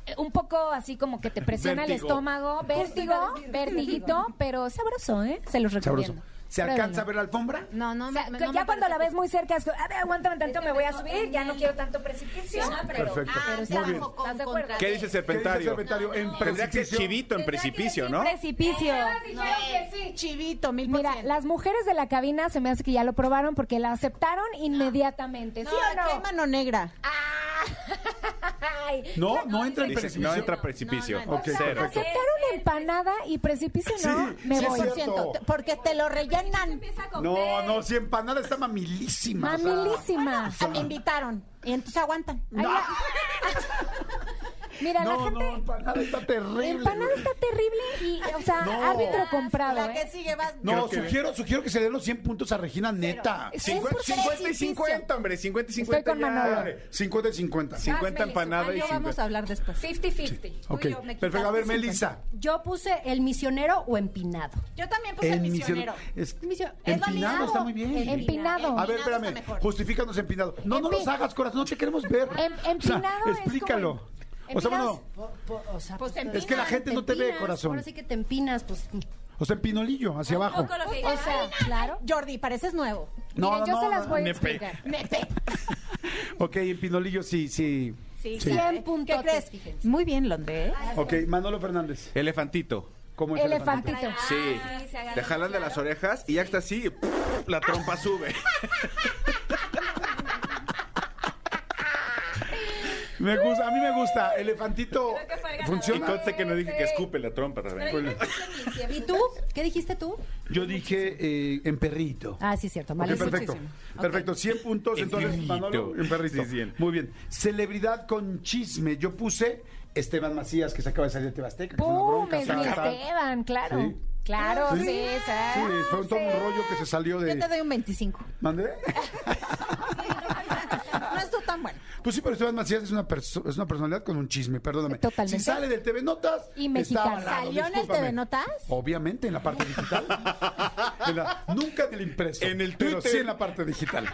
E: eh, un poco así como que te presiona
D: Vértigo.
E: el estómago, vértigo, vertiguito, pero sabroso, ¿eh? Se los recomiendo.
B: Sabroso. ¿Se alcanza a ver la alfombra?
F: No, no,
E: O sea,
F: me-
E: que
F: no
E: ya
F: me
E: cuando la
F: parece. Este
E: ves muy cerca, es como, a ver, aguántame tanto, me voy a subir, ya no quiero tanto precipicio.
D: Perfecto.
F: Ah,
E: Pero
F: te
E: está
F: bajo
E: bien.
F: con
E: ¿Estás de acuerdo?
F: contra
D: ¿Qué
B: ¿Qué
F: D.
D: dice
B: dice el
D: serpentario?
B: serpentario? En
D: Tendría que ser
B: precipicio.
D: chivito en precipicio, ¿no?
G: Precipicio.
F: Chivito, mil por
E: Mira,
F: ciento.
E: las mujeres de la cabina se me hace que ya lo probaron porque la aceptaron inmediatamente,
F: No,
E: ¿sí
F: aquí
E: o
F: hay
E: no? Ah,
F: mano negra.
E: Ay,
B: No, no entra en
D: Dice, no
B: precipicio.
D: entra precipicio.
F: No, no, no.
D: Ok,
B: O sea,
D: cero.
E: ¿Aceptaron empanada y precipicio no?
B: Sí,
E: me
B: sí,
E: voy.
B: sí.
F: 100%, te- porque te lo rellenan.
B: No, no, si empanada está mamilísima. o sea,
E: Mamilísima.
F: Ah, me invitaron. Y entonces aguantan.
E: Ay, la- Mira, la
B: No,
E: gente...
B: no, empanada está terrible.
E: Empanada
B: güey.
E: está terrible y, o sea,
B: No.
E: árbitro comprado,
F: La que
E: ¿eh?
F: sigue vas.
B: No,
D: Creo que-
B: sugiero, sugiero que se den los 100 puntos a Regina, neta.
E: Es
D: 50,
E: por
D: 50 y
E: precipicio.
D: 50, hombre. 50 y 50.
E: Estoy con
D: ya.
E: Manolo.
B: 50 y 50.
D: 50 empanadas y
F: Yo
D: 50.
F: vamos a hablar después.
E: 50-50.
B: Ok,
F: Tú y yo, me
B: perfecto. A ver,
F: quitaste
B: Melissa.
C: Yo puse el misionero o empinado.
F: Yo también puse el misionero.
B: Es,
C: Misio-
F: Es
B: empinado
F: válido.
B: está muy bien.
E: Empinado.
B: A ver,
F: Empinado está
B: espérame.
F: mejor.
B: Justifícanos empinado. No, no
E: Empi-
B: los hagas, corazón. No te queremos ver.
E: Em- empinado es
B: explícalo.
E: como-
B: O sea, bueno,
E: Empinados.
C: O sea,
F: Pues te
B: es que la
F: empinas,
B: gente no te ve,
C: empinas,
B: corazón.
C: Ahora sí que te empinas, pues.
B: O sea, empinolillo, hacia abajo.
E: O sea, claro.
F: Jordi, pareces nuevo.
B: No,
E: Miren, yo
B: no,
E: se
B: no,
E: las voy a
D: nepe.
E: explicar.
B: Ok, empinolillo, sí, sí.
F: Sí,
B: Sí.
F: ¿qué-
C: Cien puntotes,
F: ¿Qué crees?
C: fíjense.
F: Muy bien, Londres.
B: Ok, Manolo Fernández.
D: Elefantito.
B: ¿Cómo es elefantito?
E: Elefantito.
C: Ah,
D: Sí. Te jalan de las orejas y ya está así. ¡puf! La trompa sube.
B: Me gusta, a mí me gusta. Elefantito
G: Creo que fue el ganador.
D: Y
B: funciona.
D: conste que no dije que escupe la trompa también.
C: ¿Y tú? ¿Qué dijiste tú?
B: Yo dije eh, en perrito.
C: Ah, sí, cierto.
B: Ok,
C: Vale,
B: perfecto. Perfecto, 100 puntos.
D: En
B: Entonces,
D: perrito.
B: Manolo, en perrito.
D: Sí, 100.
B: Muy bien. Celebridad con chisme. Yo puse Esteban Macías, que se acaba de salir de Tebasteca. que fue una
E: ¡Pum!
B: bronca,
E: Es
B: se
E: mi
B: acaba.
E: Esteban, claro.
B: Sí.
E: Claro,
B: Sí.
E: sí,
B: Sí, fue todo un rollo que se salió
F: Yo te
B: de.
F: doy un 25.
B: ¿Mandé?
F: No es tú tan bueno.
B: Pues sí, pero Esteban Macías es una, perso- es una personalidad con un chisme, perdóname.
E: Totalmente.
B: Si sale del TV Notas.
E: Y
B: está
E: mexicano.
B: avalado,
F: ¿Salió en el
B: discúlpame.
F: TV Notas?
B: Obviamente, en la parte digital. En la- nunca en el impreso.
D: En el
B: pero
D: Twitter.
B: sí en la parte digital.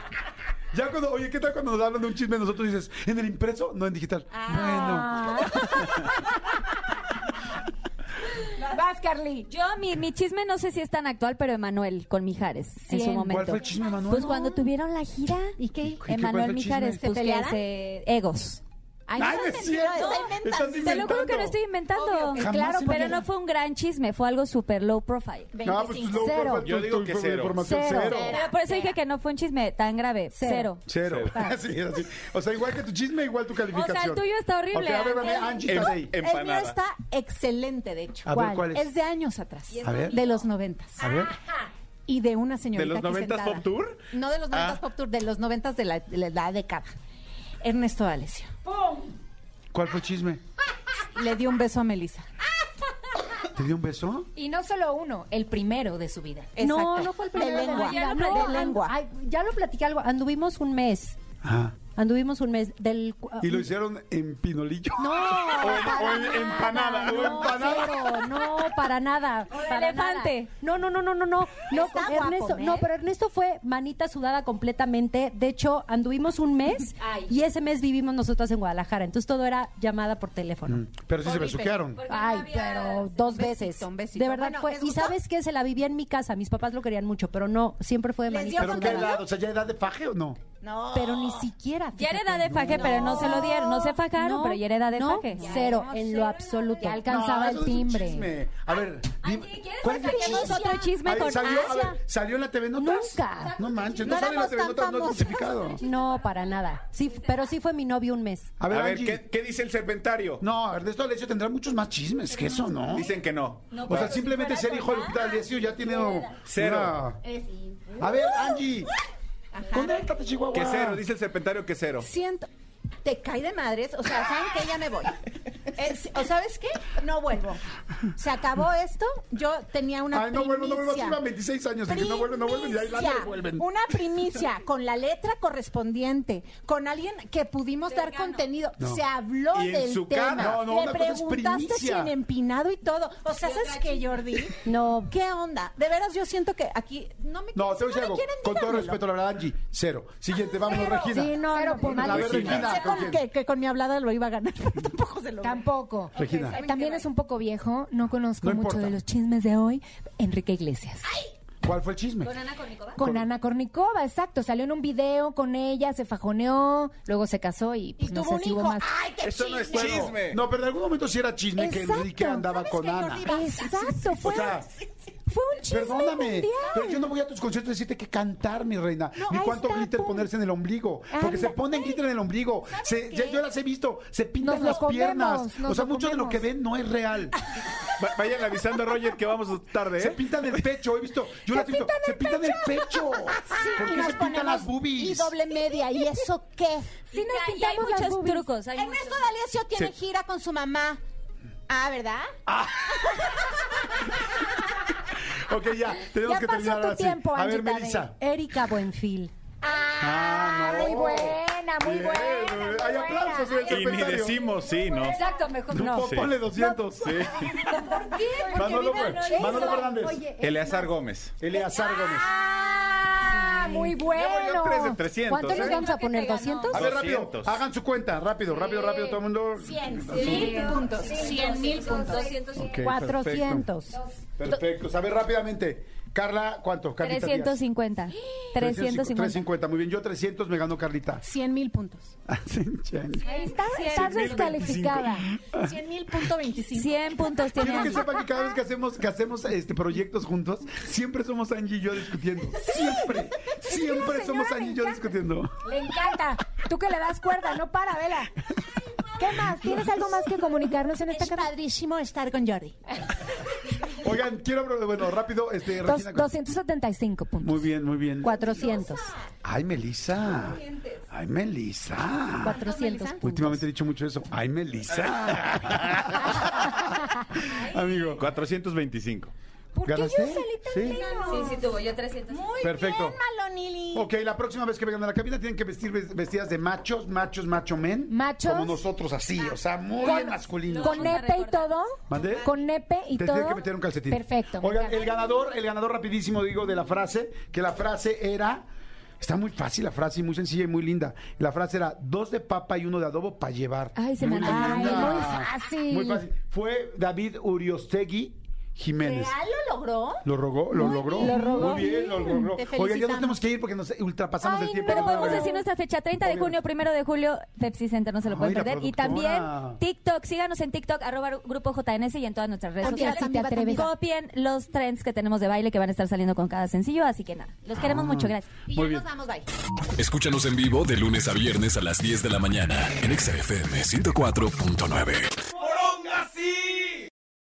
B: Ya cuando, oye, ¿qué tal cuando nos hablan de un chisme nosotros dices, en el impreso, no en digital?
E: Vas, Carly.
G: Yo, mi, mi chisme no sé si es tan actual, pero Emanuel con Mijares en su
E: ¿Cuál
G: momento.
B: Bueno, ¿cuál fue el chisme, Manuel?
G: Pues cuando tuvieron la gira.
E: ¿Y qué?
B: cuál fue
G: Emanuel
B: el
G: Mijares,
B: chisme?
G: pues
E: ¿Se
G: que
E: pelearon?
G: se- egos.
B: ¡Ay, no es cierto! Estás
G: Te lo juro que
B: inventando.
G: no estoy inventando.
B: que Jamás
G: claro,
B: se
G: pero
B: inventó.
G: no fue un gran chisme, fue algo super low profile.
B: No, pues tu low
E: Cero.
B: profile, tu-
D: Yo digo
B: tu
D: que cero.
B: información,
G: Cero.
B: cero.
G: Pero por eso dije que no fue un chisme tan grave. Cero.
B: Cero. Así, así. O sea, igual que tu chisme, igual tu calificación.
G: O sea, el tuyo está horrible,
B: Ok, a ver, a ver, Angie
D: Em-
B: Tadei.
F: El mío
D: empanada.
F: está excelente, de hecho.
B: A ver, ¿cuál es?
F: Es de años atrás.
B: A ver.
F: De los noventas.
B: A ver.
F: Y de una
D: ¿De
F: señorita
D: los
F: aquí
D: 90
F: sentada.
D: Pop Tour?
F: No de los 90
D: Ah.
F: Pop Tour, de los 90 de la, de la década. Ernesto D'Alessio.
B: ¿Cuál fue el chisme?
F: Le dio un beso a Melissa.
B: ¿Te dio un beso?
E: Y no solo uno, el primero de su vida.
F: Exacto.
C: No, no fue el primero.
F: De lengua.
C: Ya lo
F: de
C: platicamos.
F: lengua.
C: Ay, ya lo platiqué algo. Anduvimos un mes.
B: Ajá.
C: Anduvimos un mes del... cu-
B: Y lo hicieron en pinolillo.
C: No,
B: o, en-
C: para
B: o en
C: nada,
B: empanada. o
C: No,
B: empanada.
C: cero, no, para nada.
G: de
C: para
G: elefante.
C: nada. No, no, no, no, no, no. No,
I: Está guapo,
C: Ernesto,
I: ¿eh?
C: no, pero Ernesto fue manita sudada completamente. De hecho, anduvimos un mes
G: Ay.
C: y ese mes vivimos nosotros en Guadalajara. Entonces todo era llamada por teléfono.
B: Mm, Pero sí se besuquearon.
G: Porque no
I: Ay,
G: había-
I: pero dos
F: besito,
I: veces.
F: un besito.
C: De verdad
F: Bueno,
C: fue.
F: ¿les
C: Y
F: gustó?
C: sabes que se la vivía en mi casa. Mis papás lo querían mucho, pero no, siempre fue de
F: ¿Les
C: manita
F: dio
B: ¿Pero qué
C: sudada.
B: edad? O sea, ¿ya edad de faje o no?
F: No.
C: Pero ni siquiera.
G: Ya era
C: fíjate.
G: edad de faje, pero no se lo dieron. No se fajaron,
C: No,
G: pero ya era edad de
C: no,
G: faje.
C: Cero, en lo absoluto.
E: Ya alcanzaba
B: No,
E: el
B: eso es un
E: timbre.
B: chisme. A ver, dime,
G: ¿quieres
B: ¿cuál es el
G: que saquemos
B: chisme?
G: otro chisme
B: A ver,
G: con
B: salió, a ver,
G: Asia?
B: ¿Salió en la TV Notas?
C: Nunca.
B: No manches,
F: No
B: no, sale en la
F: éramos
B: TV
F: tan
B: Notas, no es
F: famosos.
B: justificado.
C: No, para nada. Sí, pero sí fue mi novio un mes.
B: A
D: A
B: ver,
D: ver,
B: Angie.
D: ¿qué, qué dice el serpentario?
B: No, Ernesto Alessio tendrá muchos más chismes que eso, ¿Ah? ¿no?
D: Dicen que no.
B: o sea, simplemente ser hijo de Lupita Alessio ya tiene
D: Cero.
B: una- A ver, Angie. Conéctate, Chihuahua.
D: Que cero, dice el serpentario que cero.
F: siento. Te cae de madres, o sea, ¿saben qué? Ya me voy. Eh, si- ¿O sabes qué? No vuelvo. Se acabó esto, yo tenía una
B: Ay, no vuelvo, no vuelvo. Así
F: primicia.
B: iban 26 años. Dije, no vuelven, no vuelven. Y ahí la
F: Primicia,
B: vuelven.
F: Una primicia con la letra correspondiente, con alguien que pudimos dar contenido.
B: No.
F: Se habló
D: Y en
F: del
D: su
F: tema.
D: cara.
B: no,
D: No,
F: Le
B: una cosa es
F: preguntaste
B: primicia.
F: sin empinado y todo. O sea, ¿sabes qué, Jordi?
C: No.
F: ¿Qué onda? De veras, yo siento que aquí no me
B: No, te voy a decir
F: me
B: algo.
F: quieren,
B: Con todo
F: díganmelo.
B: respeto, la verdad, Angie, cero. Siguiente, vamos,
F: Cero.
B: Regina.
C: Sí, no,
E: Cero
C: no,
E: por
B: A ver,
C: malísimo.
B: Regina,
F: Sé
B: ¿con
F: con
B: quién?
F: que, que con mi hablada lo iba a ganar, pero tampoco se lo
E: Tampoco.
B: Regina.
E: Eh, También es un poco viejo, no conozco
B: No
E: mucho
B: importa.
E: de los chismes de hoy. Enrique Iglesias.
B: ¿Cuál fue el chisme?
E: Con Ana Kornikova, exacto. Salió en un video con ella, se fajoneó, luego se casó y,
F: Y
E: pues, no
F: tuvo
E: sé
F: un
E: si hubo
F: hijo.
E: más.
F: ¡Ay, qué
D: Eso no es
F: chisme!
D: chisme.
B: No, pero en algún momento sí era chisme que
E: Exacto.
B: Enrique andaba
F: ¿Sabes
B: con
F: qué,
B: Ana.
F: Jordi?
E: Exacto, fue,
B: O sea,
E: fue un chisme
B: perdóname,
E: mundial.
B: pero yo no voy a tus conciertos a decirte que cantar, mi reina, ni
E: ahí
B: cuánto
E: está,
B: glitter
E: pum.
B: ponerse en el ombligo, porque se
E: Anda.
B: ponen glitter en el ombligo. Se- ya- yo las he visto, se pintan
E: Nos lo
B: las piernas.
E: comemos, nos
B: O sea,
E: lo
B: mucho de lo que
E: comemos.
B: ven no es real.
D: Va- Vayan avisando a Roger que vamos tarde,
B: Se
D: ¿eh?
B: pintan el pecho, he visto. Yo las he visto,
E: pintan
B: se
E: el
B: pintan el pecho. ¿Por
F: Y
B: qué
F: nos
B: se pintan las
F: ponemos
B: boobies?
F: Y doble media, ¿y eso qué?
G: Sí, nos
I: Ya, y hay
G: pintamos
I: muchos
G: las boobies.
I: trucos,
G: hay muchos-
F: Ernesto D'Alessio tiene gira con su mamá. Ah, ¿verdad?
B: Ok, ya, tenemos
E: Ya
B: que
E: pasó
B: terminar
E: tu
B: así.
E: tiempo,
B: a ver,
E: Angie,
B: Melissa.
C: Erika Buenfil.
B: Ah,
E: Muy buena, muy
B: Bien, muy
E: buena. muy
B: bien. Hay
E: buena.
B: aplausos en este el
D: Y ni
B: secretario.
D: decimos, sí, ¿no?
C: Exacto, mejor
B: No,
D: Sí.
B: ponle 200.
D: Sí.
B: Manolo, Fer- Manolo Fernández.
D: Eleazar Gómez.
B: Eleazar Gómez.
E: Ah, muy
D: Llevo yo
E: bueno.
D: tres de 300.
C: ¿Cuánto
D: ¿eh?
C: nos vamos a poner?
B: A
C: ¿200?
B: ver, rápido.
D: 200.
B: Hagan su cuenta. Rápido, rápido, rápido. Todo el mundo.
F: 100 puntos. 100 mil puntos.
G: 200
B: Ok,
C: 400.
B: Perfecto. Perfecto. A ver, rápidamente. Carla, ¿cuánto? Carlita Díaz.
G: 350. 350.
B: 350. Muy bien. Yo 300 me ganó Carlita.
F: 100 mil puntos.
B: Sí, chale.
E: Estás, estás descalificada.
F: 100 mil punto 25.
G: 100 puntos
B: Quiero que
G: tiene.
B: sepan que cada vez que hacemos, que hacemos este proyectos juntos, siempre somos Angie y yo discutiendo. Siempre. Siempre
E: la
B: somos
E: señora
B: Angie y
E: me
B: yo
E: encanta.
B: discutiendo.
E: Le encanta. Tú que le das cuerda, no para, vela. ¿Qué más? ¿Tienes algo más que comunicarnos en esta
F: Es
E: cabina?
F: padrísimo estar con Jordi.
B: Oigan, quiero. Bueno, rápido. Este,
E: Dos-
B: Regina,
E: 275 puntos.
B: Muy bien, muy bien.
C: 400.
B: Ay, Melissa. Ay, Melissa.
C: 400.
B: Últimamente he dicho mucho eso. Ay, Melissa. Amigo.
D: 425.
E: ¿Por qué yo
B: ¿Ganaste?
E: salí tan
B: Sí.
E: menos?
G: Sí, sí tuvo yo 300. Muy
B: Perfecto.
F: Malonili.
B: Ok, la próxima vez que vengan a la cabina tienen que vestir ves- vestidas de machos, machos, macho men.
E: Machos.
B: Como nosotros, así, o sea, muy masculino.
E: ¿Con
G: vamos a
E: nepe y
G: recordar.
E: todo?
B: ¿Mandé?
E: ¿Con nepe y
B: Te
E: todo?
B: tiene que meter un calcetín.
E: Perfecto.
B: Oigan, el ganador, el ganador rapidísimo, digo, de la frase, que la frase era. Está muy fácil la frase y muy sencilla y muy linda. La frase era dos de papa y uno de adobo para llevar.
E: Ay, se
B: Muy
E: me- ay,
B: linda.
E: muy fácil.
B: Muy fácil. Fue David Uriostegui Jiménez.
F: ¿Real lo logró?
B: Lo rogó, lo logró.
E: bien. Lo rogó.
B: Muy bien, lo logró. Oiga,
F: Te
B: ya nos
F: felicitamos.
B: tenemos que ir porque nos ultrapasamos el tiempo.
G: Pero podemos
B: Bueno.
G: decir nuestra fecha, 30 de junio, 1 de julio, Pepsi Center, no se lo
B: Ay,
G: pueden
B: la
G: perder. Y también
B: productora.
G: TikTok, síganos en TikTok, arroba grupo JNS y en todas nuestras redes
E: Porque
G: sociales.
E: así te atreves.
G: Copien los trends que tenemos de baile que van a estar saliendo con cada sencillo, así que nada, los queremos
B: Ah.
G: mucho, gracias.
F: Y ya
B: Muy bien.
F: nos vamos, bye.
A: Escúchanos en vivo de lunes a viernes a las 10 de la mañana en Exa FM 104.9.